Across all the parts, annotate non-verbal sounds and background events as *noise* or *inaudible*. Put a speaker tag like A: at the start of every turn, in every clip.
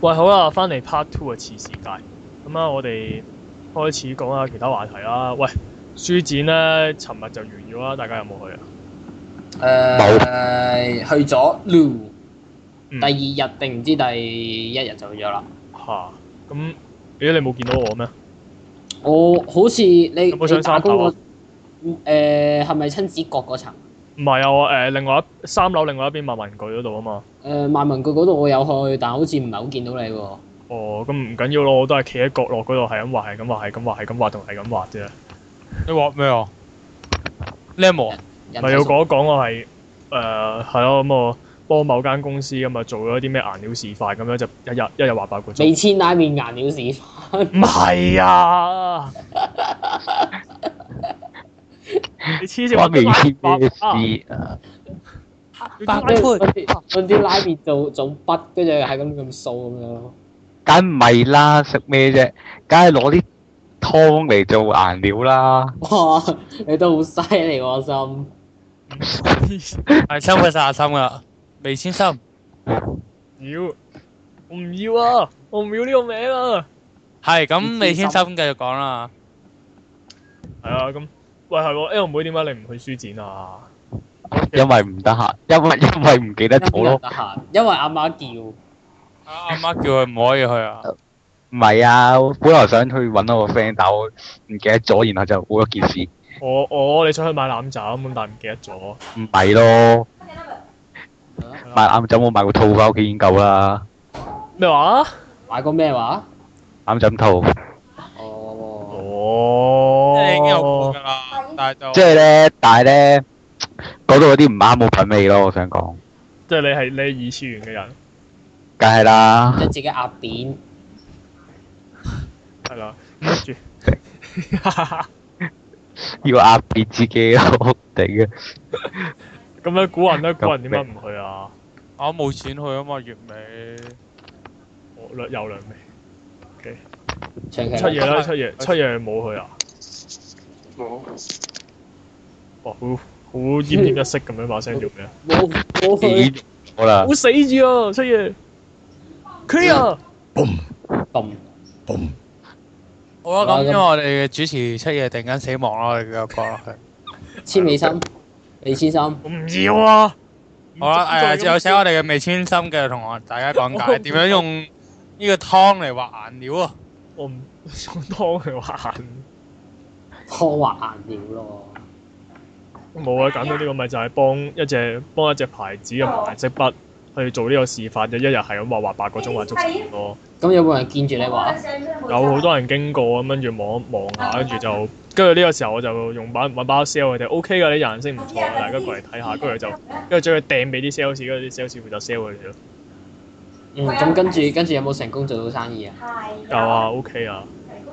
A: 喂，好啦，翻嚟 part two 嘅次世界。咁啊，我哋開始講下其他話題啦。喂，書展咧，尋日就完咗啦，大家有冇去啊？
B: 誒、呃去咗 Lu，
A: 嗯
B: 第二日定唔知第一日就去咗啦。
A: 嚇！咁，咦，你冇見到我咩？
B: 我好似你
A: 有冇上
B: 你打工
A: 山頭啊
B: 嗰誒係咪親子角嗰層？
A: 唔係啊，我誒、另外一三樓另外一邊賣文具嗰度啊嘛。
B: 誒、呃萬民具嗰度我有去，但好似唔係好見到你喎。
A: 哦，咁唔緊要咯，我都係企喺角落嗰度，係咁畫，係咁畫，係咁畫，係咁畫，同係咁畫啫。
C: 你話咩啊？Lemon 啊
B: 人
A: 咪
B: 體
A: 要
B: 素
A: 講一講我係誒係咯，咁我幫某間公司咁啊做咗啲咩顏料示範，咁樣就一日一日畫八個鐘
B: 味。千拉麵顏料屎翻，
A: 唔係啊！
B: *laughs*
A: 你黐
D: *laughs*
A: 線，
D: 關
A: 都
D: 面
A: 拉
D: 黐
A: 麵
D: 咩
A: 啊
D: 事啊？
A: 要拉
B: *laughs* 跟住揾啲揾啲拉麵做做筆，跟住係咁咁掃咁樣咯。 *laughs*
D: 梗唔係啦，食咩啫？梗係攞啲湯嚟做顏料啦。
B: 哇！你都好犀利喎，心
C: 係收佢晒阿心噶啦，未千心。
A: 要，我唔要啊！我唔要呢個名啊！
C: 係咁，
B: 未
C: 未
B: 千心
C: 千心繼續講啦。
A: 係啊，咁喂係喎，L 妹點解你唔去書展啊？
D: 因為唔得閒，因為因為唔記得咗
B: 邊有
D: 咯。
B: 得閒？因為阿媽叫。
C: 阿阿媽叫佢唔可以去啊。
D: 唔係啊，我本來想去揾我個 friend，但我唔記得咗，然後就冇咗件事。
A: 我我你想去買攬枕咁，但係唔記得咗。
D: 唔係咯，
B: 啊
D: 買啱枕我買個套翻屋企已經夠啦。
A: 咩話？
B: 買過咩話？
D: 啱枕套，
B: 哦，
C: 即
A: 哦，
C: 係已經有貨㗎啦，但係就
D: 即係咧，但係咧，嗰度嗰啲唔啱我品味咯。我想講，
A: 即係你係你係二次元嘅人，
D: 梗係啦
B: 將，自己壓扁。
A: 係啦，跟住。 *laughs*
D: 要壓別自己咯，頂啊！
A: 咁樣古人咧，古人點解唔去啊？
C: 我冇錢去啊嘛，月尾。
A: 我略有兩味。
B: 長期
A: 出
B: 嚟
A: 嘢啦，出嘢，出嘢冇去啊！哇，好好奄奄一息咁樣把聲做咩啊？
B: 冇冇去
D: 咦，好
A: *laughs*
D: 啦 *laughs*
A: 好，死住啊，出嘢！Clear，
B: 撳，
C: 好啦，咁因為我哋嘅主持出嘢突然間死亡啦，我哋繼續講落去。
B: 千美心，李千心，
A: 我唔要啊！
C: 好啦，誒，有請我哋嘅未千心繼續同我大家講解點樣用呢個湯嚟畫顏料啊。
A: 我唔 *laughs* 想湯佢玩，
B: 拖滑顏料咯。
A: 冇啊！揀到呢個咪就係幫一隻幫一隻牌子嘅顏色筆去做呢個示範，就一日係咁畫畫八個鐘畫足成咯。
B: 咁有冇人見住你畫？
A: 有好多人經過咁，跟住望一望下，跟住就跟住呢個時候我就用把揾把 sell 佢哋，OK 㗎，你顏色唔錯㗎，啊大家過嚟睇下，跟住就跟住將佢掟俾啲 sales，跟住啲 sales 負責 sell 佢哋咯。
B: 嗯，咁跟住跟住有冇成功做到生意啊？
A: 有啊，OK 啊。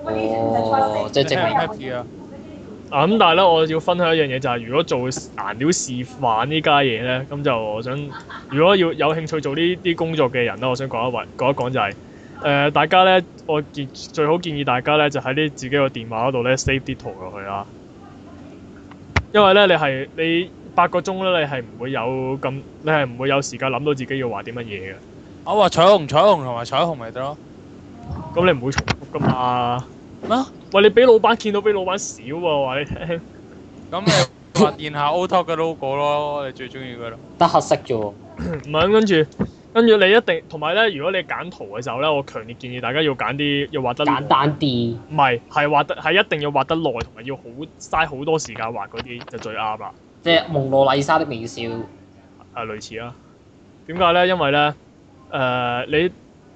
B: 哦，即係證明
C: happy 啊！
A: 啊咁，但係咧，我要分享一樣嘢就係、如果做顏料示範呢家嘢咧，咁就我想，如果要有興趣做呢啲工作嘅人咧，我想講一位講一講就係、誒、大家咧，我建最好建議大家咧就喺呢自己個電話嗰度咧 save 啲圖落去啦，因為咧你係你八個鐘咧，你係唔會有咁，你係唔會有時間諗到自己要畫啲乜嘢嘅，
C: 我話彩虹、彩虹同埋彩虹咪得咯。
A: 咁你唔會重複噶嘛。
C: 咩？
A: 喂，你俾老闆見到俾老闆少喎、我話你聽。
C: 咁你話電下 O Top 嘅 logo 咯，你最中意嘅咯。
B: 得黑色啫喎。
A: 唔係咁跟住，跟住你一定同埋咧，如果你揀圖嘅時候咧，我強烈建議大家要揀啲要畫得耐
B: 簡，單啲，
A: 唔係係畫得係一定要畫得耐，同埋要好嘥好多時間畫嗰啲就最啱啦，
B: 即係蒙羅麗莎的微笑。
A: 係啊類似啦。點解咧？因為咧，誒、你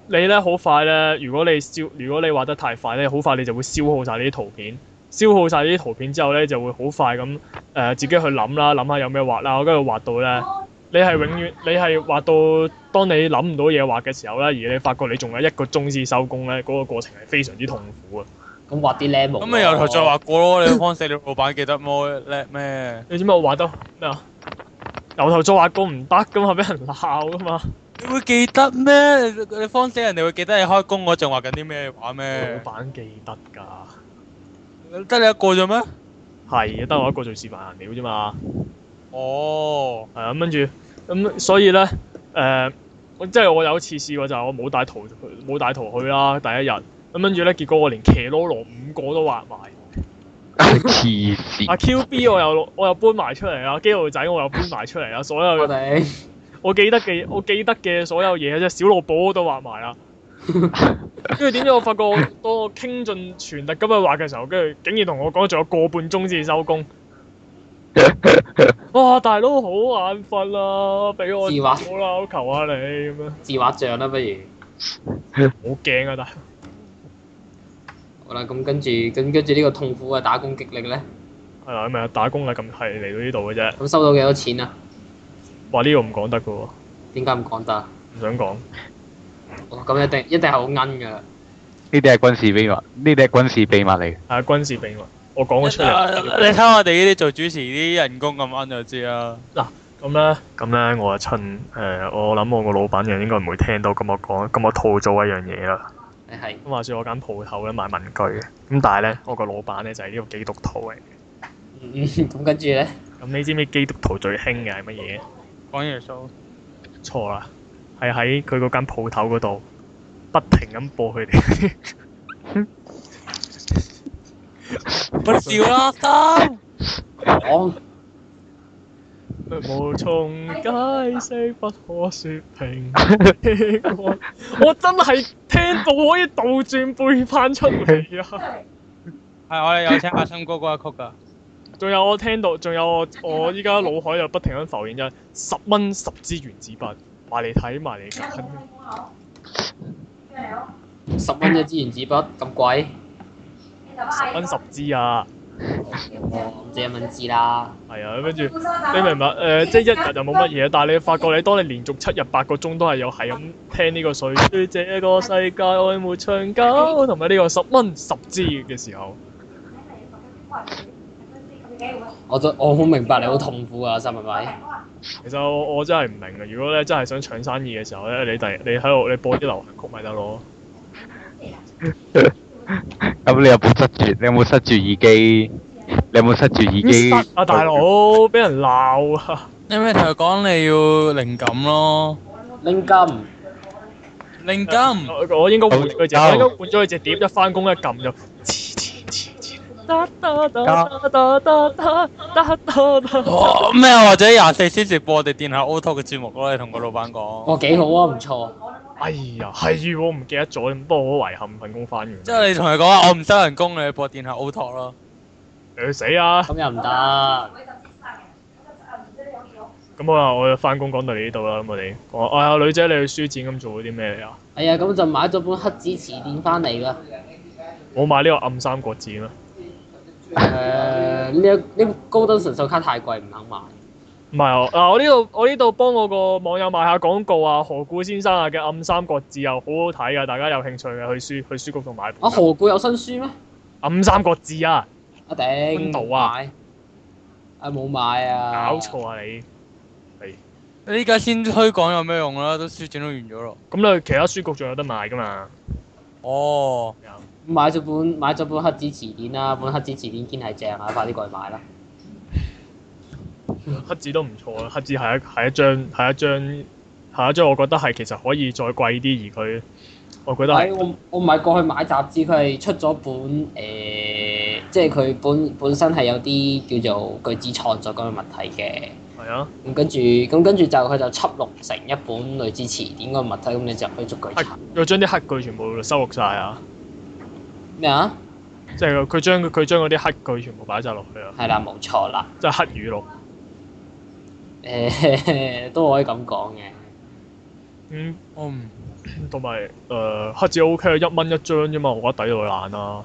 A: 你咧好快咧，如果你消如果你畫得太快咧，好快你就會消耗晒呢啲圖片。消耗晒呢啲圖片之後咧，就會好快咁誒、呃自己去諗啦，諗下有咩畫啦，跟住畫到咧。你係永遠，你係畫到當你諗唔到嘢畫嘅時候咧，而你發覺你仲有一個鐘先收工咧，嗰、個過程係非常之痛苦啊！
B: 咁畫啲啊靚模。
C: 咁咪由頭再話過咯，你幫死你老闆記得麼叻咩？
A: 你知唔知我畫得咩啊？由頭再畫過唔得噶嘛，俾人鬧噶嘛。
C: 你會記得咩？你你幫死人哋會記得你開工嗰陣畫緊啲咩畫咩
A: 老？闆記得㗎，
C: 得你一個啫咩？
A: 係得我一個做示範顏料啫嘛。
C: 哦，
A: 係啊，咁跟住咁所以咧，誒、我即係我有一次試過就係我冇帶圖冇帶圖去啦，第一日咁跟住咧，結果我連騎羅羅五個都畫埋。
D: 黐
A: *laughs*
D: 線
A: 啊 Q B 我又我又搬埋出嚟啦，基佬仔我又搬埋出嚟啦，所有
B: 我哋
A: 我記得嘅我記得嘅所有嘢，即係小老寶我都畫埋啦。跟住點知我發覺我當我傾盡全力咁去畫嘅時候，跟住竟然同我講仲有個半鐘先收工。哇！大佬好眼瞓啦，俾我
B: 自畫
A: 好啦，我求下你咁樣，
B: 自畫像啦，不如
A: 好驚啊！但係
B: 好啦，咁跟住咁跟住呢個痛苦嘅打工經歷咧，
A: 係啦，咁啊打工啊咁係嚟到呢度嘅啫。
B: 咁收到幾多錢啊？
A: 哇！呢、個唔講得嘅喎，
B: 點解唔講得啊？
A: 唔想講。
B: 哇！咁一定一定係好奀㗎啦，
D: 呢啲係軍事秘密，呢啲係軍事秘密嚟嘅。
A: 係啊，軍事秘密，我講咗出嚟。
C: *laughs* 你睇我哋呢啲做主持啲人工咁啱就知啦。
A: 咁咧，咁咧，我啊趁誒、我諗我個老闆娘應該唔會聽到，咁我講，咁我吐槽一樣嘢啦。
B: 你係
A: 咁話說我間鋪頭咧賣文具嘅，咁但係咧，我個老闆咧就係呢個基督徒嚟嘅。
B: 嗯嗯咁跟住咧，
A: 咁你知唔知基督徒最興嘅係乜嘢？
C: 講耶穌，
A: 錯啦，係喺佢嗰間鋪頭嗰度不停咁播佢哋。 *laughs*
C: 不笑啦，得。
B: 講
A: 無從解釋，不可説平。我 *laughs* 我真係聽到可以倒轉背翻出嚟啊！
C: 係我哋有請阿森哥嗰一曲㗎。
A: 仲有我聽到，仲有我我依家腦海又不停咁浮現咗十蚊十支原子筆，埋嚟睇埋嚟揀，
B: 十蚊一支原子筆咁貴，
A: 十蚊十支啊，
B: 哦，唔止一蚊支啦。
A: 係啊，跟住你明白誒、呃即係一日就冇乜嘢，但係你發覺你當你連續七日八個鐘都係有係咁聽呢個水於這個世界愛沒長久，同埋呢個十蚊十支嘅時候，
B: 我都我好明白你好痛苦啊，心係咪？
A: 其實我我真係唔明啊！如果咧真係想搶生意嘅時候咧，你第你喺度你播啲流行曲咪得咯，
D: 咁你有冇塞住？你有冇塞住耳機？你有冇塞住耳機？
A: 要塞啊大佬，俾人鬧啊！
C: 你咪同佢講你要靈感咯，
B: 拎金。
C: 靈感。
A: *laughs* 我我應該換佢隻，我應該換咗佢隻碟，一翻工一撳就。
C: 哦咩啊或者廿四小時播我哋電台 O Talk 嘅節目咯，你同個老闆講。
B: 哦，幾好啊，唔錯。
A: 哎呀，係喎，我唔記得咗，不過好遺憾份工翻完。
C: 即係你同佢講話，我唔收人工，你去播電台 O Talk 咯。
A: 你去死啊！
B: 咁又唔得。
A: 咁好啦，我翻工講到你呢度啦，咁我哋我哎呀女仔，你去書展咁做咗啲咩嚟啊？
B: 哎呀，咁就買咗本黑子詞典翻嚟啦。
A: 我買呢個暗三國啊志啦，
B: 誒、呢一呢高登神獸卡太貴，唔肯買。啊
A: 唔係我嗱，我呢度我呢度幫我個網友賣下廣告啊，何故先生啊嘅暗三國志又好好睇啊，大家有興趣嘅去書去書局度買
B: 啊，
A: 本
B: 何故有新書咩？
A: 暗三國志啊，
B: 阿頂。
A: 邊度啊
B: 買？啊，冇買啊。
A: 搞錯啊你！
C: 你依家先推廣有咩用啦？都書展都完咗咯。
A: 咁你其他書局仲有得賣噶嘛？
C: 哦，
B: 買咗本買咗本黑子詞典啦，本黑子詞典堅係正啊，快啲過去買啦。
A: 黑字都唔錯啊，黑字係一係一張係一張係一張，我覺得係其實可以再貴啲，而佢我覺得
B: 係
A: 係
B: 我我唔係過去買雜誌，佢係出咗本誒、即係佢本本身係有啲叫做句子創作咁嘅物體嘅。
A: 係啊，
B: 咁跟住，咁跟住就佢就輯錄成一本類似詞典個物體，咁你就可以逐句
A: 黑
B: 查。
A: 佢將啲黑句全部收錄晒啊，
B: 咩啊？
A: 即係佢將佢將嗰啲黑句全部擺晒落去啊，
B: 係啦，冇錯啦。
A: 即係黑語錄。
B: 誒、 *laughs* 都可以咁講嘅。
A: 嗯，
C: 我唔
A: 同埋誒黑字 O K 啊，一蚊一張啫嘛，我覺得抵到爛啦。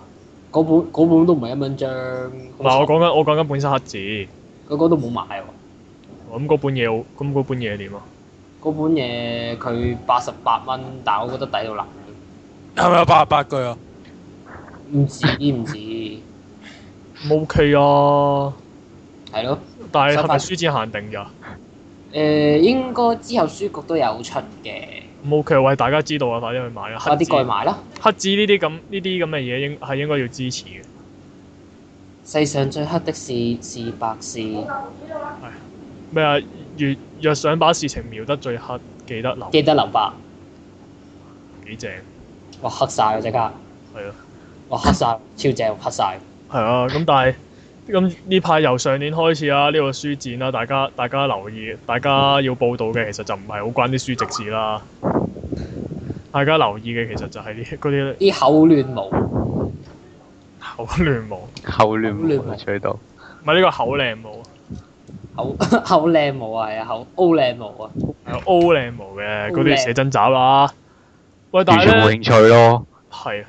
B: 嗰本嗰本都唔係一蚊張。
A: 唔係我講緊我講緊本身黑字，咁
B: 佢嗰度冇買喎。
A: 嗰本嘢好咁嗰本嘢點啊？
B: 嗰本嘢佢八十八蚊，但係我覺得抵到爛。
C: 係咪有八十八句啊？
B: 唔止唔止，係
A: 唔 O K 啊，
B: 咯。
A: 但係係咪書展限定咋？
B: 誒、呃應該之後書局都有出嘅，
A: 唔 O K，喂，大家知道啊，快啲去買啦！
B: 快
A: 黑
B: 啲
A: 字
B: 過去買啦。
A: 黑字呢啲咁呢啲咁嘅嘢應係應該要支持嘅。
B: 世上最黑的事是白事。
A: 咩啊？越若想把事情描得最黑，記得留
B: 記得留白，
A: 幾正，
B: 哇黑晒啊！即刻，
A: 係啊，
B: 哇黑晒，超正，黑晒。
A: 係啊。咁但係咁呢排由上年開始啦，呢、個書展啊啦，大家大家留意，大家要報道嘅其實就唔係好關啲書籍事啦。大家留意嘅其實就係啲嗰啲
B: 啲口亂毛，
A: 口亂毛，唔
D: 後亂
B: 後亂
D: 冇
B: 冇
D: 吹到，
A: 係呢個口靚毛，
B: 口 *laughs* 口靚毛啊，係啊，口 O 靚毛啊，
A: 係 O 靚毛嘅嗰
B: 好靚
A: 啲寫真集啦。喂，但
D: 完
A: 係
D: 全冇
A: 咧
D: 興趣咯。
A: 係啊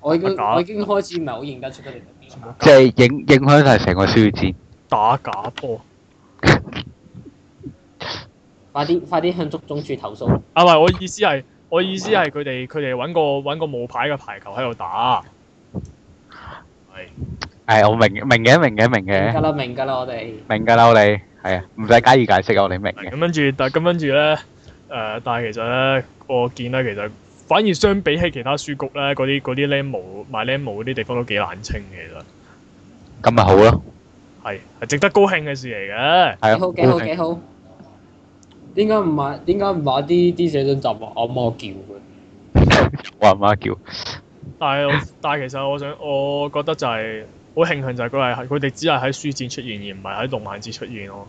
B: 我已經
A: 乜假
B: 我已經開始唔係好認得出佢哋係邊個。
D: 即係影影響晒成個書展。
A: 打假波
B: 快啲快啲向足總處投訴，
A: 啊！唔係我意思係我意思係佢哋佢哋揾個揾個冇牌嘅排球喺度打。係。
D: 係，我明明嘅，明嘅，明
B: 明㗎
D: 嘅，
B: 啦明㗎啦，我哋
D: 明㗎啦，我哋係啊，唔使加以解釋啊，我哋明嘅。
A: 咁跟住，但咁跟住咧，誒、但係其實咧，我見咧，其實反而相比起其他書局咧，嗰啲嗰啲 lemo 賣 lemo 嗰啲地方都幾冷清嘅，其實
D: 咁咪好咯，
A: 係係值得高興嘅事嚟嘅。
B: 幾
D: 係
B: 好幾好
D: 啊，
B: 幾好。點解唔買？點解唔買啲啲寫真集啊？我媽叫嘅。
D: 我阿媽叫，
A: 但係我但係其實我想，我覺得就係、好慶幸就係佢係佢哋只係喺書展出現，而唔係喺動漫節出現咯。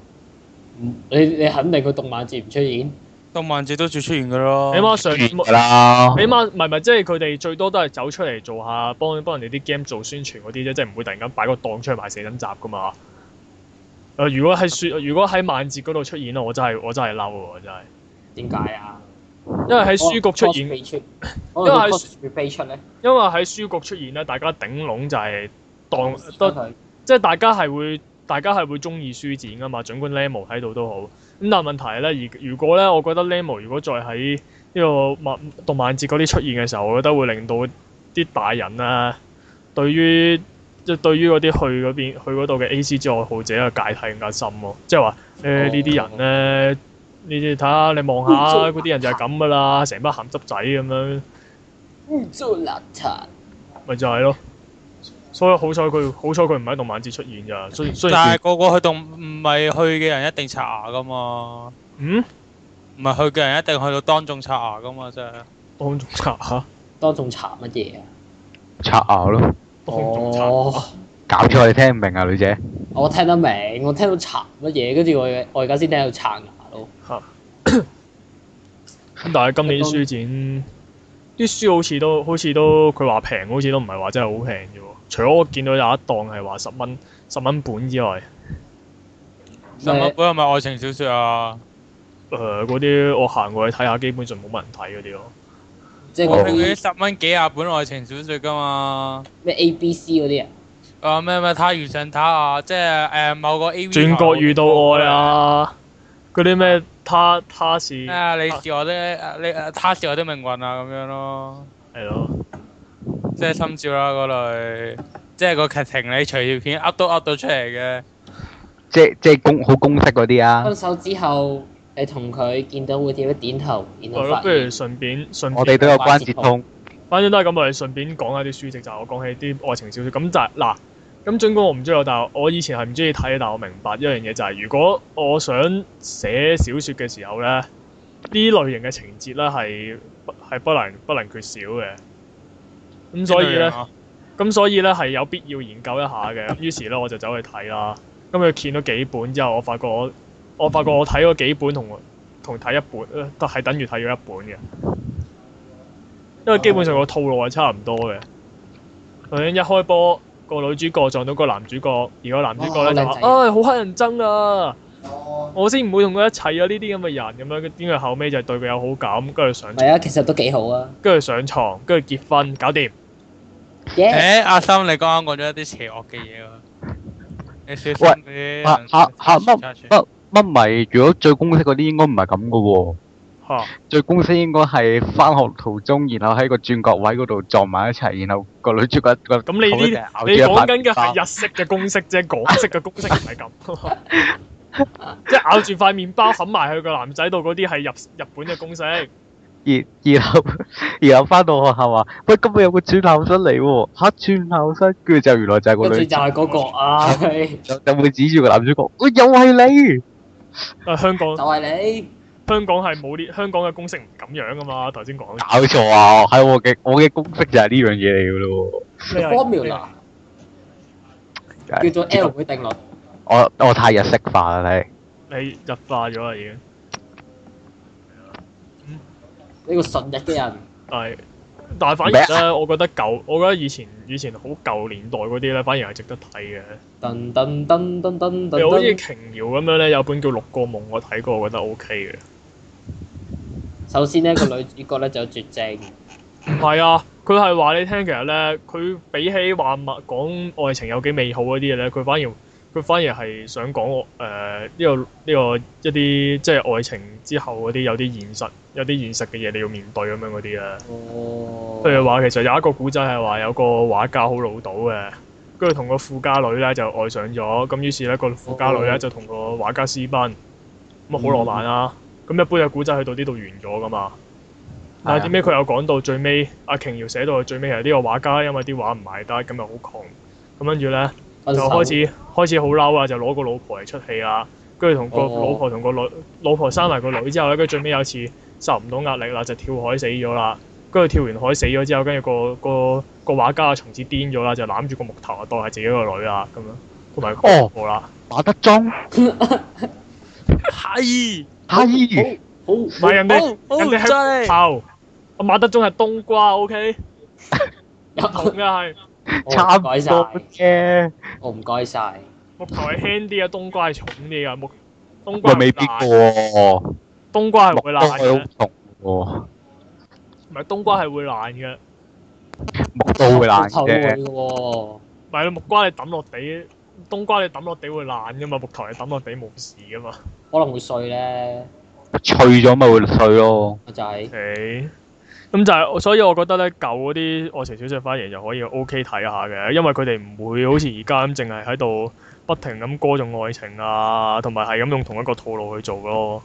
B: 唔你你肯定佢動漫節唔出現？
C: 動漫節都最出現噶咯。
A: 起碼上
D: 完
A: 起
D: 㗎啦，
A: 碼唔係唔係，即係佢哋最多都係走出嚟做下幫幫人哋啲 game 做宣傳嗰啲啫，即係唔會突然間擺個檔出去賣寫真集噶嘛。誒、呃如果喺書，如果喺漫節嗰度出現咯，我真係我真係嬲喎，真係。
B: 點解啊？
A: 因為喺書局出現，
B: 未出，
A: *laughs* 因
B: 因
A: 為
B: 為
A: 係
B: 係未出咧，
A: 因為喺書局出現咧，大家頂籠就係當
B: 得
A: 得，
B: 佢
A: 即係大家係會，大家係會中意書展噶嘛，儘管 Lemo 喺度都好。咁但係問題係咧，而如果咧，我覺得 Lemo 如果再喺呢個漫動漫節嗰啲出現嘅時候，我覺得會令到啲大人啊，對於即係對於嗰啲去嗰邊去嗰度嘅 A.C.G 愛好者嘅芥蒂更加深咯、即係話誒
C: 哦
A: 呢啲人咧，你哋睇下你望下嗰啲人就係咁噶啦，成班鹹濕仔咁樣。
B: 污糟邋遢。
A: 咪就係咯。所以好彩佢好彩佢唔喺動漫節出現咋，雖雖
C: 但係
A: 然
C: 個個去動唔係去嘅人一定刷牙噶嘛，
A: 嗯，
C: 唔係去嘅人一定去到當眾刷牙噶嘛，真係。
A: 當眾查下，
B: 當眾查乜嘢啊？
D: 刷牙咯，
A: 當眾查，
B: 哦，
D: 搞錯你聽唔明啊，女姐，
B: 我聽得明，我聽到查乜嘢，跟住我我而家先聽到刷牙咯。
A: 咁但係今年書展啲書好似都好似都佢話平，好似都唔係話真係好平啫喎。除咗我見到有一檔係話十蚊十蚊本之外，
C: 十蚊本係咪愛情小説啊？
A: 誒呃嗰啲我行過去睇下，基本上冇乜人睇嗰啲咯。
B: 即係
C: 我
B: 嗰
C: 聽嗰
A: 哦
B: 啲
C: 啲十蚊幾廿本愛情小説噶嘛。
B: 咩 A、B、C 嗰啲啊？
C: 啊咩咩，他遇上他啊，即係誒、某個 A V
A: 轉角遇到愛！啊，嗰啲咩他他是
C: 咩啊？你是我的，你誒他是我的命運啊咁樣咯，
A: 係咯，
C: 即係心照啦嗰類，即係個劇情你隨條片 up 都 up 到出嚟嘅，
D: 即即係公好公式嗰啲啊
B: 分，手之後，你同佢見到會點樣點頭，然
A: 係
B: 後
A: 咯
B: 發
A: 不如
B: 現
A: 順便順便
D: 我哋都有關節痛，
A: 反正都係咁，我哋順便講下啲書籍就係我講起啲愛情小説。咁就係嗱，咁儘管我唔中意，但係我以前係唔中意睇，但我明白一樣嘢就係、如果我想寫小説嘅時候咧，呢類型嘅情節咧係不係不能不能缺少嘅。咁所以
C: 啊
A: 咧，咁所以咧係有必要研究一下嘅。咁於是咧我就走去睇啦。咁佢見咗幾本之後，我發覺我我發覺我睇咗幾本同同睇一本，呃都係等於睇咗一本嘅。因為基本上個套路係差唔多嘅。佢一開波，個女主角撞到個男主角，而個男主角咧就話：，
B: 哇好
A: 唉，好乞人憎啊！我先唔會同佢一齊啊！呢啲咁嘅人咁樣，點解後尾就對佢有好感，跟住上
B: 唔係啊，其實都幾好啊。
A: 跟住上床，跟住結婚，搞掂。
C: 誒、
B: 耶！
C: 阿森你剛啱講咗一啲邪惡嘅嘢喎，你小心嗰啲啊人
D: 嚇嚇嚇乜乜乜咪？如果最公式嗰啲應該唔係咁嘅喎。
A: 嚇、
D: 最公式應該係翻學途中，然後喺個轉角位嗰度撞埋一齊，然後個女主角個
A: 咁你呢
D: 咬住
A: 你
D: 一
A: 講
D: 塊
A: 緊嘅係
D: 包
A: 日式嘅公式啫，港式嘅公式唔係咁。 *laughs* 即係咬住塊麵包冚埋去個男仔度嗰啲係日日本嘅公式。啊
D: 然然後然後翻到學校話：喂，今日有個轉校生嚟喎，嚇轉校生，跟住就原來就係
B: 跟
D: 個
B: 住
D: 女
B: 就係嗰個啊，係
D: 就就會指住個男主角，喂，又係你，
A: 啊，香港
B: 就係你。
A: 香港係冇呢香港嘅公式唔咁樣噶嘛，頭先講
D: 搞錯啊！喺我嘅我嘅公式就係呢樣嘢嚟噶咯
A: 咩啊係
B: formula 叫做 L 會定律，
D: 喎。我我太日式化啦，你
A: 你日化咗啦已經，
B: 呢個純日嘅人
A: 但係但係反
D: 咩
A: 而咧，我覺得舊，我覺得以前以前好舊年代嗰啲咧，反而係值得睇嘅。
B: 噔噔噔噔噔噔
A: 你好似
B: 噔。
A: 瓊瑤咁樣咧，有本叫《六個夢》，我睇過，我覺得 O K 嘅。
B: 首先呢個女主角咧就有絕症，
A: 唔係啊，佢係話你聽，其實咧，佢比起話物講愛情有幾美好嗰啲嘢咧，佢反而佢反而係想講誒呢個呢、個一啲即係愛情之後嗰啲有啲現實有啲現實嘅嘢你要面對咁樣嗰啲啊。
B: 哦，
A: 譬如話其實有一個古仔係話有個畫家好老到嘅，跟住同個富家女咧就愛上咗，咁於是咧個富家女咧
B: 哦
A: 就同個畫家私奔，咁啊好浪漫啦。咁一般嘅古仔去到呢度完咗噶嘛。但係點解佢有講到最尾，阿瓊瑤寫到最尾係呢個畫家，因為啲畫唔賣得，咁又好窮，咁跟住咧就
B: 分手
A: 開始開始好嬲啊，就攞個老婆嚟出氣啊，跟住同個
B: 哦
A: 老婆同個女老婆生埋個女之後咧，跟住最尾有一次受唔到壓力啦，就跳海死咗啦。跟住跳完海死咗之後，跟住個個個畫家從此癲咗啦，就攬住個木頭啊，當係自己個女啊咁樣，同埋佢
D: 哦
A: 老婆啦，
D: 馬德鐘
C: 係，
D: 哈伊魚
B: 好
A: 唔係人哋
C: 好好
A: 人哋係
C: 真
A: 炮，阿馬德鐘係冬瓜，OK，
B: 有 *laughs*
A: 同嘅係
D: 差
B: 我唔
D: 唔多
B: 該晒，
D: 啫，
B: 我唔該晒。
A: 木頭係輕啲嘅，啊冬瓜係重啲嘅，木冬瓜
D: 喂
A: 係會
D: 未必
A: 爛
D: 喎，
A: 冬瓜係會
D: 麥
A: 爛
D: 當
A: 嘅
D: 佢，好重喎，
A: 唔係冬瓜係會爛嘅，
D: 木刀會爛
B: 頭會
D: 啫。
B: 嘅喎，
A: 唔係木瓜你抌落地，冬瓜你抌落地會爛噶嘛，木頭你抌落地冇事噶嘛。
B: 可能會碎咧，
D: 脆咗咪會碎咯。
B: 個仔
A: OK，咁就係、所以我覺得咧舊嗰啲愛情小説反而就可以 OK 睇下嘅，因為佢哋唔會好似而家咁淨係喺度不停咁歌頌愛情啊，同埋係咁用同一個套路去做咯。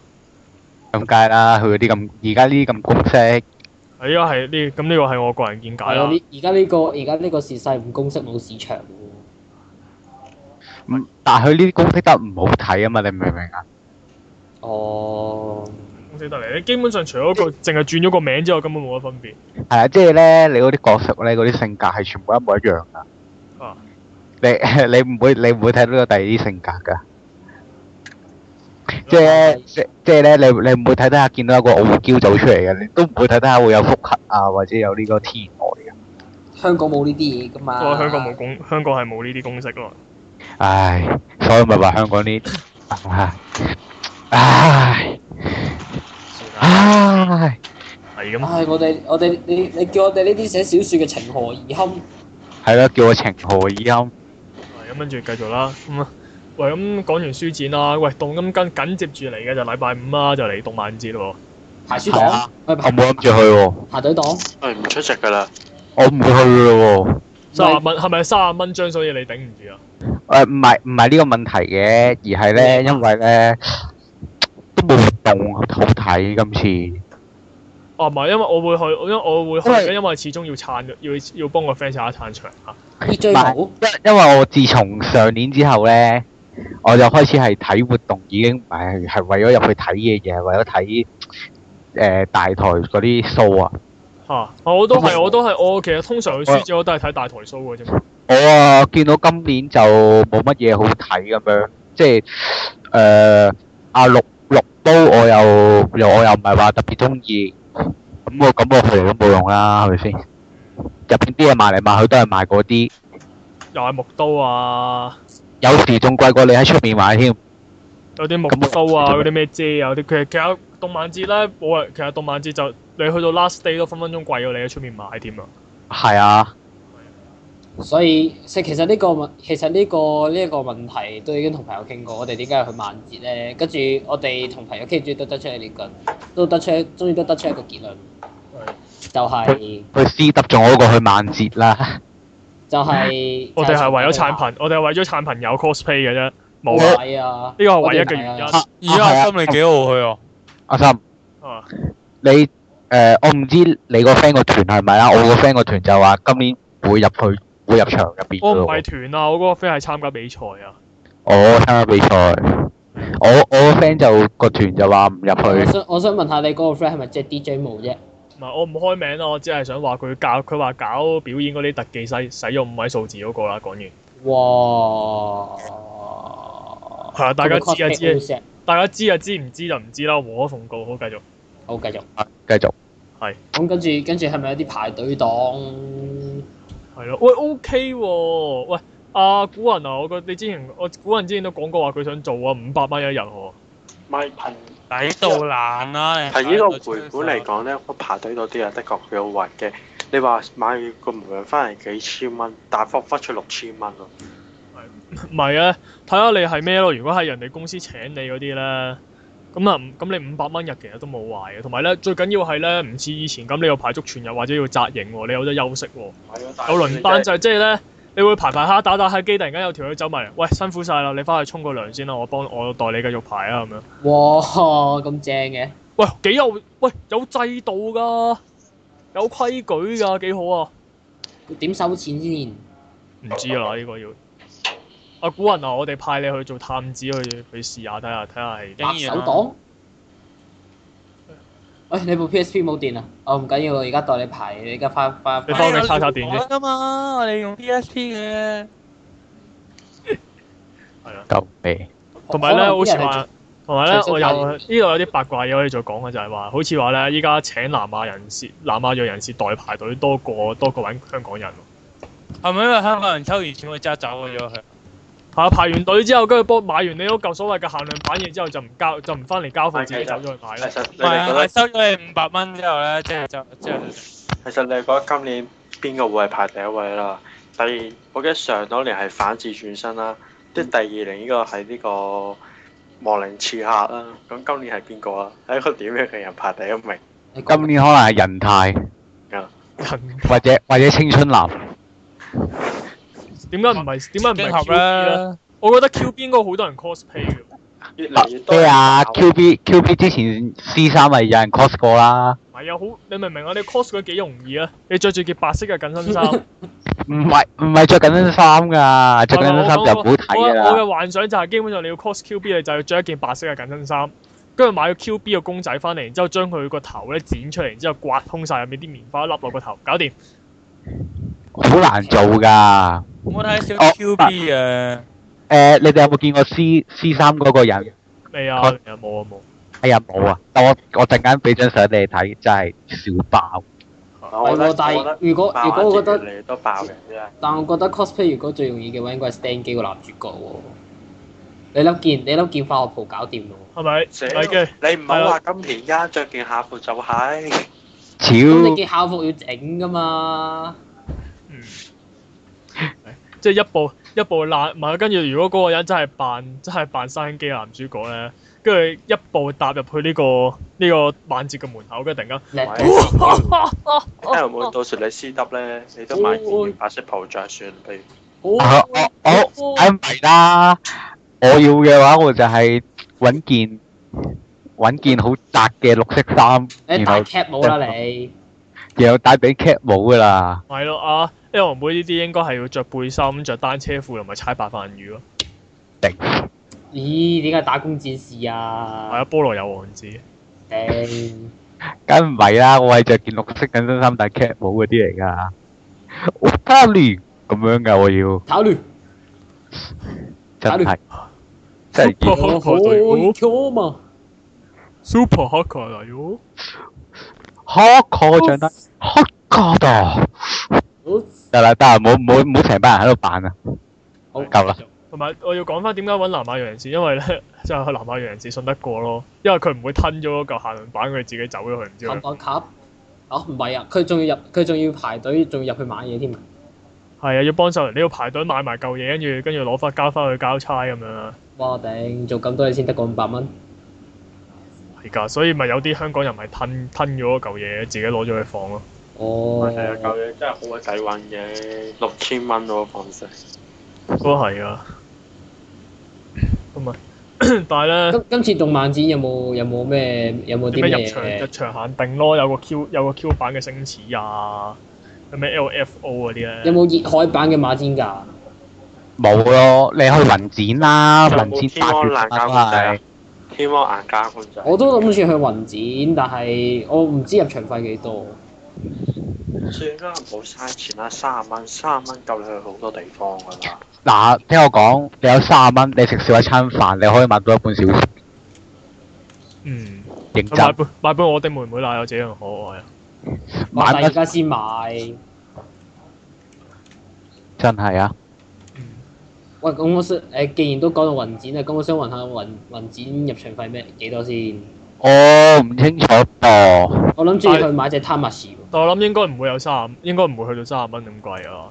D: 咁梗係啦，佢嗰啲咁而家呢啲咁公式，
A: 係啊，係呢咁呢個係我個人見解
B: 係啊！
A: 啦。
B: 呢而家呢個而家呢個時勢唔公式冇市場嘅
D: 嗯但係佢呢啲公式得唔好睇啊嘛，你明唔明啊？
B: 喎。哦，
A: 公司得嚟，你基本上除咗個淨係轉咗個名之外，根本冇乜分別。
D: 係啊，即係咧，你嗰啲角色咧，嗰啲性格係全部一模一樣噶。
A: 啊
D: 你你唔 *laughs* 會你唔會睇到有第二啲性格噶，即係即即係咧，你你唔會睇得下見到一個傲嬌走出嚟嘅，你都唔會睇得下會有腹黑啊，或者有呢個天外嘅。
B: 香港冇呢啲嘢噶
A: 不
B: 嘛。
A: 過香港冇公，香港係冇呢啲公式咯。
D: 唉，所以咪話香港呢，唉，唉，
B: 啊
D: 唉，
A: 係咁，
B: 唉，我哋我哋你你叫我哋呢啲寫小説嘅情何以堪？
D: 係咯，叫我情何以堪？
A: 係咁跟住繼續啦。咁啊，喂，咁講完書展啦，喂，動咁跟緊接住嚟嘅就禮拜五啦，就嚟動漫節咯。
B: 排書
D: 係
B: 黨
D: 啊，
B: 我
D: 我冇諗住去喎，
B: 排隊黨，
E: 我唔出席噶啦，
D: 我唔會去咯喎。
A: 三十蚊係咪三十蚊張？所以你頂唔住啊？
D: 誒唔係唔係呢個問題嘅，而係咧，因為咧都冇活動好睇今次。
A: 哦，唔係，因為我會去，因為我會去
D: 因
A: 嘅，
D: 為
A: 因為始終要撐，要要幫個 friend 撐一撐場啊。
B: 必追舞
D: 因因為我自從上年之後咧，我就開始係睇活動，已經唔係係為咗入去睇嘢，而係為咗睇誒大台嗰啲 show 啊。
A: 嚇！我都係，
D: 咁啊
A: 我都係，我其實通常去書展我都係睇大台 show 嘅啫嘛。
D: 我啊見到今年就冇乜嘢好睇咁樣，即係誒阿六六都我又又我又唔係話特別中意，咁我咁我去嚟都冇用啦，係咪先？入邊啲嘢賣嚟賣去都係賣嗰啲，
A: 又係木刀啊，
D: 有時仲貴過你喺出面買添。
A: 有啲木
D: 咁
A: 刀啊，
D: *laughs* 咁
A: 嗰啲咩遮啊，嗰啲其實其實動漫節咧，冇人其實動漫節就你去到 last day 都分分鐘貴過你喺出面買添啊。
D: 係啊，
B: 所以其其實呢個問其實呢個呢一個問題都已經同朋友傾過，我哋點解要去萬節咧？跟住我哋同朋友傾，終於都得出一個都得出，終於都得出一個結論，就係
D: 佢私得仲好過去萬捷啦。
B: 就係
A: 嗯我哋係為咗撐朋，我哋係為咗撐朋友 cosplay 嘅啫，冇啊！
B: 啊係啊，
A: 呢個係唯一嘅原因
B: 我哋唔係
D: 啊
C: 而家阿心你幾號去啊？
D: 阿心，
A: 啊。
D: 你誒、呃我唔知你個 friend 個團係咪啦，啊我個 friend 個團就話今年會入去會入場入邊
A: 我
D: 㗎
A: 唔
D: 咯
A: 係團啊，我嗰個 friend 係參加比賽啊。
D: 哦我參加比賽，我我個 friend 就個團就話唔入
B: 我
D: 去，
B: 想我想問下你嗰個 friend 係咪即係 DJ 冇啫？
A: 唔係我唔開名啊啦，我只係想話佢教佢話搞表演嗰啲特技使使用五位數字嗰個啦。講完係
B: 哇！
A: 啊，大家知啊知啊，
B: 知。
A: 大家知啊知，唔知就唔知啦，無可奉告。好，繼續。
B: 好，繼續。
D: 繼續。
B: 咁跟住跟住係咪有啲排隊黨？
A: 係咯，喂，OK 喎，喂，阿古人啊，我覺你之前我古人之前都講過話佢想做啊，五百蚊一日喎，
E: 唔係憑
C: 抵到爛啦！你
E: 憑呢個回本嚟，講咧，我排隊嗰啲啊，的確幾好玩嘅。你話買個模樣翻嚟幾千蚊，大方忽出六千蚊咯。
A: 唔係啊，睇下你係咩咯。如果係人哋公司請你嗰啲咧，咁啊唔咁你五百蚊日其實都冇壞嘅，啊同埋咧最緊要係咧唔似以前咁你要排足全日或者要紮營喎，你有得休息喎。有輪班就係即係咧，你會排排下打打下機，突然間有條友走埋嚟，喂辛苦晒啦，你翻去沖個涼先啦，我幫我代你繼續排啊咁樣。
B: 哇！咁正嘅。
A: 喂，幾有喂有制度㗎，有規矩㗎，幾好啊！
B: 點收錢先？
A: 唔知啊，呢、個要。阿古雲啊，我哋派你去做探子去去試下睇下睇下係。
C: 竟
B: 白
C: 然
B: 手
C: 啊
B: 黨？喂，你部 PSP 冇電啊？哦，唔緊要，我而家代你排，你而家翻翻
A: 你幫
C: 我
A: 佢
C: 哋
A: 插插電先
C: 噶嘛，我哋用 PSP 嘅。
D: 救命！
A: 同埋咧，好似
B: 可能啲人係
A: 話，同埋咧，
B: 隨身
A: 我有
B: 帶
A: 呢度有啲八卦嘢可以再講嘅，就係話，好似話咧，依家請南亞人士、南亞裔人士代排隊多過多過揾香港人喎。
C: 係咪因為香港人抽完錢會揸走咗佢？
A: 係啊，排完隊之後，跟住幫買完你嗰嚿所謂嘅限量版嘢之後，就唔交，就唔翻嚟交貨，自己走咗去買
E: 其
A: 啦。
E: 實你
C: 唔係
E: 哋覺
C: 啊，
E: 得，
C: 收咗你五百蚊之後咧，即係就即係
E: 其實你哋覺得今年邊個會係排第一位啦？第二，我記得上當年係反智轉身啦，即
C: 嗯
E: 係第二年呢個係呢個亡靈刺客啦。咁今年係邊個啊？係一個點樣嘅人排第一名？
B: 你講
D: 今年可能係人泰
A: 人
D: 或者或者青春男，
A: 點解唔係點解唔係
C: 經
A: Q
C: 合
A: B 咧？
C: 啦。
A: 我覺得 Q B 應該好多人 cosplay 嘅。
E: 越嚟越多
D: 咩
E: 人
D: 啊
E: 鬧
D: ？Q B Q B 之前 C 三咪有人 cos 過啦，
A: 唔係啊，好你明唔明啊？你 cos 佢幾容易啊？你着住件白色嘅緊身衫，
D: 唔係唔係着緊身衫㗎，着緊身衫就唔好睇
A: 我嘅
D: 㗎
A: 我
D: 啦。
A: 嘅幻想就係基本上你要 cos Q B，你就要着一件白色嘅緊身衫，跟住買個 Q B 嘅公仔翻嚟，然之後將佢個頭咧剪出嚟，然之後刮空晒入面啲棉花粒落個頭，搞掂。
D: 好難做㗎。
C: 我睇小
D: 哦
C: QB 啊，
D: 誒，你哋有冇見過 C C 三嗰個人？
A: 未啊？
D: Cos-
A: 未啊冇啊冇。
D: 哎呀冇啊！我我陣間俾張相你哋睇，真係笑爆。
E: 我覺得
B: 但
E: 我覺得
B: 係如果
E: 爆
B: 如果我覺
E: 越
B: 得，
E: 嚟越多爆人啫。
B: 但我覺得 cosplay 如果最容易嘅話，應該係 stand 機個男主角喎。你粒件你粒件化學袍搞掂咯
A: 係咪？
E: 死
A: 係啊嘅。
E: 你唔好話今年而家着件下褲就係、
B: 喎。咁
D: 超
B: 你件校服要整噶嘛？
A: 嗯，即係一步一步爛，唔係跟住如果嗰個人真係扮真係扮山機男主角咧，跟住一步踏入去呢、個呢、個萬捷嘅門口，跟住突
D: *laughs*
A: 然間，
B: 叻
E: 喂
B: 到
E: 因為哎會到時你 C 得咧，你都買件白色袍着算，譬如
D: 啊我我梗唔係啦，我要嘅話我就係揾件揾件好窄嘅綠色衫，
B: 你
D: 然
B: 大
D: 後
B: cap 冇啦你，
D: 然後戴頂 cap 帽噶啦。
A: 係咯啊 L 妹呢啲應該係要着背心、着單車褲同埋踩白飯魚咯。
B: 咦？點解打工戰士
A: 係
B: 啊
A: 啊，？菠蘿有王子，唔
B: 頂！
D: 梗唔係啦，我係着件綠色緊身衫戴 cap 帽嗰啲嚟噶。我打亂咁樣噶，我要
B: 考慮。打
D: 真
B: 亂
D: 係真係要
A: Super
B: 嘛？
A: Super Hawker 啊嚟喎。
D: hot call 唱得 hot call 度。得啦得啦，唔好唔好唔好成班人喺度扮啊！
B: 好
D: 夠啦。
A: 同埋我要講翻點解揾南亞裔人士，因為咧 *laughs* 就係南亞裔人士信得過咯，因為佢唔會吞咗嗰嚿限量版，佢自己走咗去，唔知佢
B: 探訪卡？哦，唔係啊，佢仲要入，佢仲要排隊，仲要入去買嘢添啊！
A: 係啊，要幫手，你要排隊買埋嚿嘢，跟住跟住攞翻交翻去交差咁樣啊，
B: 哇頂，做咁多嘢先得個五百蚊，
A: 係㗎，所以咪有啲香港人咪吞吞咗嗰嚿嘢，自己攞咗去放咯。
B: 哦，
E: 係啊，舊嘢真係好鬼抵揾嘅，六千蚊嗰個房式。
A: 都係啊。咁啊， *coughs* 但係咧，
B: 今今次動漫展有冇有冇咩有冇啲
A: 點解
B: 咩
A: 入場入場限定咯？有個 Q 有個 Q 版嘅星矢啊，有咩 LFO 嗰啲咧？
B: 有冇熱海版嘅馬展㗎？
D: 冇咯，你去雲展啦，
E: 仲有冇
D: 雲展
E: 天
D: 八
E: 安
D: 月
E: 難
D: 份啦
E: 搞咁滯啊天安硬加官仔，
B: 我都諗住去雲展，但係我唔知入場費幾多。
E: 算啦，唔好嘥錢啦，三十蚊，三十蚊夠你去好多地方噶啦。
D: 嗱，聽我講，你有三十蚊，你食少一餐飯，你可以買到一本小説，
A: 嗯，
D: 認
A: 買
D: 真
A: 杯買杯我的妹妹奶，有這樣可愛啊！
B: 買
D: 買
B: 但係而
D: 得
B: 家先買。
D: 真係啊！
B: 嗯喂，咁我想誒、既然都講到雲展啦，咁我想問下雲雲展入場費咩幾多先？
D: 我哦唔清楚噃，
B: 我諗住去買隻 t a m a s
A: 但我諗應該唔會有三十，應該唔會去到三十蚊咁貴啊！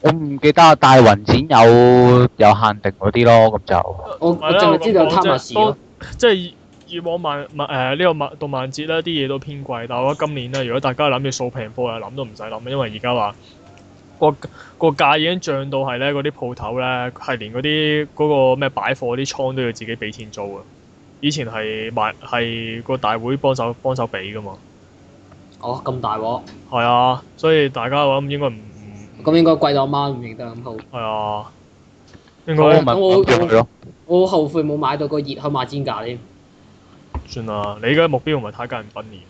D: 我唔記得啊大雲展有有限定嗰啲咯，咁就
B: 我我
A: 係啦
B: 淨係知道
A: 我
B: t a
A: 咁
B: m a
A: 講啫
B: s 咯
A: 當。 *laughs* 即係以以往萬萬誒呢個萬動漫節咧，啲嘢都偏貴。但係我覺得今年咧，如果大家諗住掃平貨啊，諗都唔使諗，因為而家話個個價已經漲到係咧，嗰啲鋪頭咧係連嗰啲嗰個咩擺貨啲倉都要自己俾錢租啊！以前係賣係個大會幫手幫手俾噶嘛，
B: 哦，咁大鑊，
A: 係啊，所以大家我諗應該唔唔
B: 咁應該貴到阿媽唔認得咁好。
A: 係啊，應
D: 我
A: 該
D: 咪
B: 我
D: 咁叫佢咯。
B: 我好後悔冇買到個熱去馬煎架添。
A: 算啦。你嘅目標唔係太家人分年，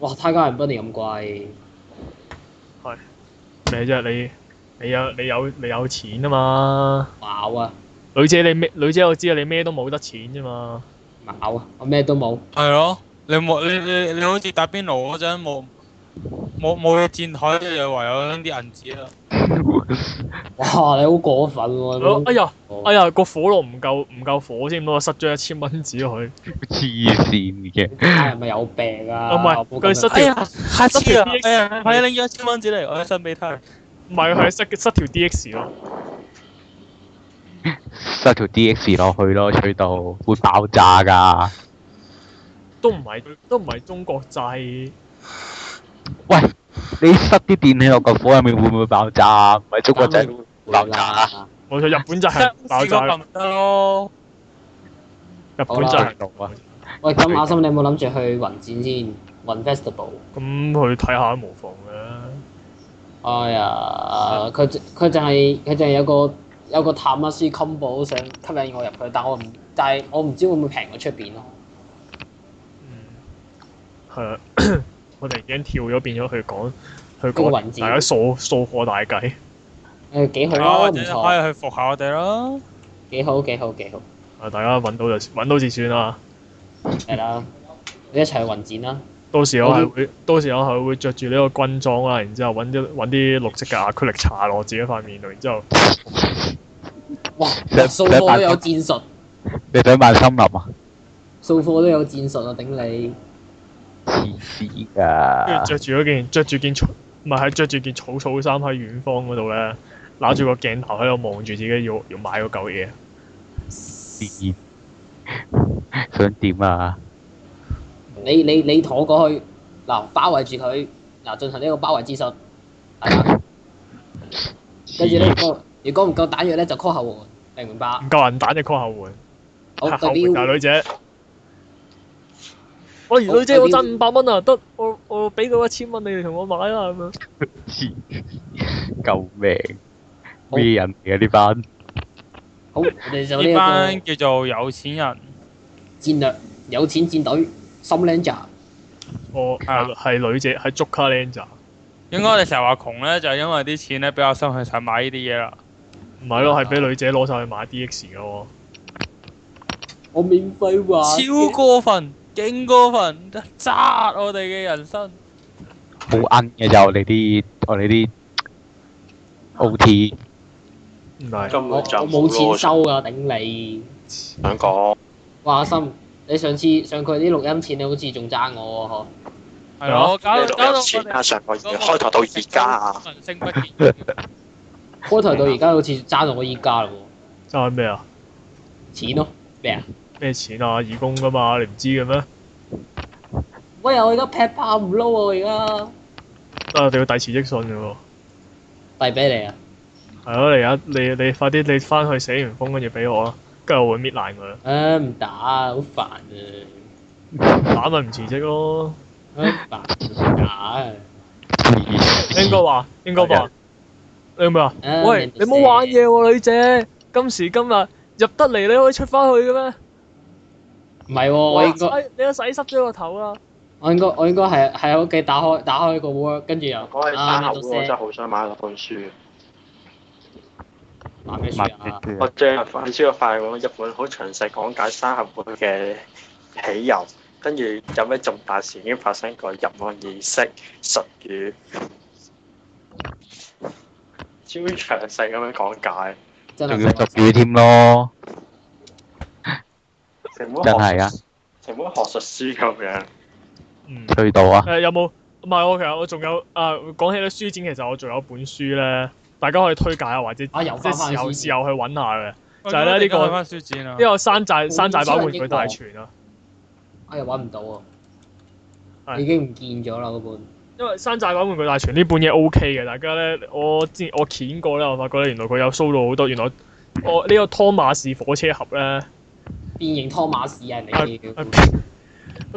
B: 哇！泰加人不年咁貴，
A: 咩啫？你你有你有你有錢啊嘛！
B: 咬啊
A: 女姐你咩？女姐我知啊，你咩都冇得錢啫嘛。
B: 咬啊！我咩都冇。
C: 係咯，你冇你你你好似打邊爐嗰陣冇冇冇嘢墊台，就唯有拎啲銀紙啦。
B: 哇！你好過分喎、你
A: 哎
B: 冇
A: 呀
B: 哦
A: 哎呀，個火爐唔夠唔夠火添咯，塞咗一千蚊紙佢。
D: 黐線嘅，
B: 你泰人咪有病啊！
A: 唔係
B: 我冇
A: 佢
B: 咁樣
A: 塞
C: 哎呀，下次啊
A: PX！
C: 哎呀，快啲拎咗一千蚊紙嚟，我一身俾他。
A: 唔係佢係塞塞條 D X 咯。
D: 塞條 DX 落去咯，吹到會爆炸㗎。
A: 都唔係都唔係中國製，
D: 你塞啲電器落個火入面會唔會爆炸啊？唔係中國仔
B: 啱
D: 會
B: 會
D: 爆炸啊！
B: 啦。
A: 冇錯，日本就係
C: *laughs*
A: 爆炸，
C: 咪得咯。
A: 日本就係
D: 好啦
B: 喂，咁阿森，你有冇諗住去雲展先？雲 Festival。
A: 咁去睇下都無妨嘅。
B: 哎呀，佢佢淨係佢淨係有個有個探乜書 combo 想吸引我入去，但我唔但係我唔知會唔會平過出邊咯。
A: 嗯，係啊，我哋已經跳咗變咗去講去
B: 個雲
A: 講
B: 字
A: 大家數數貨大計。
B: 誒幾好
C: 係啊，
B: 啊，
C: 或
B: 唔
C: 者
B: 錯，
C: 可以去服下我哋咯。
B: 幾好幾好幾好，
A: 啊！大家揾到就揾到就算啦。
B: 係啦，你一齊去雲展啦。
A: 到時我係會，到時我係會着住呢個軍裝啦，然之後揾啲揾啲綠色嘅亞克力搽落自己塊面度，然之後
B: 哇！
D: 想
B: 掃貨都有戰術，
D: 你想買森林啊？
B: 掃貨都有戰術啊！頂你，
D: 黐線
A: 跟住
D: 㗎！
A: 着住嗰件着住件草，唔係係着住件草草衫喺遠方嗰度咧，揦住個鏡頭喺度望住自己要要買嗰嚿嘢。
D: 癲想點啊？
B: 你你你妥過去，嗱包圍住佢，嗱進行呢個包圍戰術，大
A: *laughs*
B: 家跟住咧，如果如果唔夠彈藥咧，就 call 後援，明唔明白？
A: 唔夠銀彈就 call 後援，
B: 好
A: 嚇
B: 代
A: 後援
B: 表
A: 大。女姐。喂，
B: 好
A: 女姐，我
B: 代表
A: 爭五百蚊啊！得我我俾到一千蚊你哋同我買啦咁樣。
D: 黐救命！咩人嚟嘅呢班？
B: 好，我哋就呢一
C: 呢
B: 個
C: 班叫做有錢人，
B: 戰略有錢戰隊心靚仔，
A: 我係係女姐，係啊捉卡僆咋。
C: 應該我哋成日話窮咧，就係因為啲錢咧比較心去使買呢啲嘢啦。
A: 唔係咯，係俾女姐攞晒去買 D X 嘅喎。
B: 我免費玩
C: 超
B: 嘅。
C: 過分，勁過分，渣我哋嘅人生。
D: 好奀嘅就我哋啲我哋啲 O T
A: 唔係，
E: 根
B: 我我
E: 本就
B: 冇錢
E: 攞
B: 收㗎，頂你！
E: 想講，
B: 哇，阿心，你上次上佢啲錄音錢，你好似仲爭我喎，嗬？
C: 係咯，搞
E: 你
C: 到搞到
E: 度有
C: 我
E: 錢
C: 哋
E: 啊？上個月開頭到而家啊，
C: 民生不見。
B: 開頭到而家好似爭到我依家咯喎，
A: 爭咩啊？
B: 錢咯咩啊？
A: 咩錢啊？義工噶嘛，你唔知嘅咩？
B: 喂，我而家劈炮唔撈啊！
A: 啊，你要遞辭職信嘅喎。
B: 而家遞俾你啊！
A: 係咯，你而家你你快啲，你翻去寫完封跟住俾我啦，跟住我會搣爛佢啦，
B: 唉，唔打啊，好煩啊！
A: 打咪唔辭職咯。
B: 唉，煩唔打啊！
A: 應該話應該話你明唔明啊？
B: 啊
A: 喂
B: 明，白
A: 你冇玩嘢喎，女姐！今時今日入得嚟，你可以出翻去嘅咩？
B: 唔係喎，我應該
A: 哇洗你都洗濕咗個頭啦！
B: 我應該我應該係喺屋企打開打開個 Word，跟住又
E: 講起
B: 啊
E: 山
B: 咩
E: 口
B: 都
E: 我真係
B: 寫，
E: 好想買落本書。
B: 買咩書啊？
E: 我
D: 唔
E: 最近翻書個快喎，日本好詳細講解山口會嘅起由，跟住有咩重大事件發生過，入案儀式、術語，超詳細咁樣講解，
B: 真
D: 仲要
B: 係
D: 俗語添咯，
E: 成本學
D: 真係啊
E: 術，成本學術書咁樣。
A: 嗯。
D: 吹到啊！
A: 誒有冇？唔係我其實我仲有啊，講起咧書展，其實我仲有本書咧，大家可以推介下或者
B: 啊又
A: 即
B: 翻
A: 係
B: 返
A: 時候
B: 去
A: 時
B: 先，
A: 候去揾下嘅。
C: *laughs* 就
A: 係咧呢個
C: 翻書展啊
A: 呢，個山寨
B: 本
A: 山寨版
B: 書係
A: 玩具
B: 英
A: 大
B: 國
A: 全啊，
B: 啊又揾唔到啊！
A: 係
B: 已經唔見咗啦嗰本，
A: 因為山寨版玩具大全呢本嘢 O K 嘅，大家咧我之前我掀過咧，我發覺咧原來佢有 show 到好多，原來我呢個湯馬士火車盒咧。
B: 變形托馬士係咪叫？
A: 啊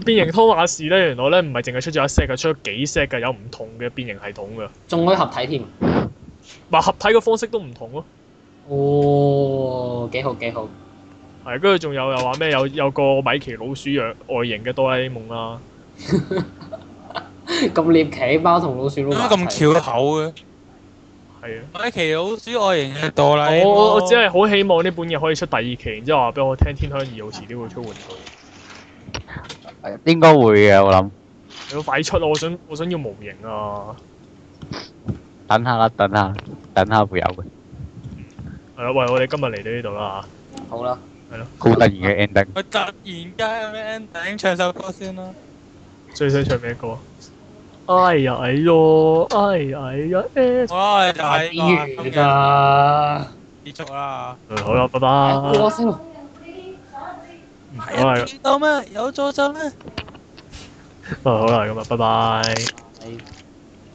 A: 變形湯馬士咧，原來咧唔係淨係出咗一 set 嘅，出咗幾 set 嘅，有唔同嘅變形系統嘅，
B: 仲可以合體添。
A: 咪合體嘅方式都唔同咯。
B: 哦，幾好幾好，
A: 係，跟住仲有又話咩有有個米奇老鼠樣外形嘅哆啦 A 夢啊啦，
B: 咁獵奇貓同老鼠撈
C: 點
B: 埋
C: 解
B: 一齊
C: 啊咁巧口嘅？
A: 係啊。
C: 米奇老鼠外形嘅哆啦 A 夢
A: 我我只係好希望呢本嘢可以出第二期，然之後話俾我聽，天香二號遲啲會出玩具，
D: 應該會嘅，我諗。
A: 你要快出啊！我想我想要模型啊！
D: 等下啦，等下，等下會有嘅。
A: 係啦，喂，我哋今日嚟到呢度啦
B: 好啦，
D: 好突然嘅 ending，
C: 佢突然間有咩 ending 唱首歌先啦。
A: 嚇最想唱咩歌？哎呀哎唷，哎呀哎呀哎
C: 好 *laughs* 啦，我哋就係
B: 比如
C: 呢個今日
B: 㗎，
C: 結束啦。
A: 好啦，拜拜。
B: 我先咯，
A: 嗯好
C: 係
A: 啦，
C: 啊，見到咩？有咗就咩？
A: 好啦，咁啊，拜拜。
B: 係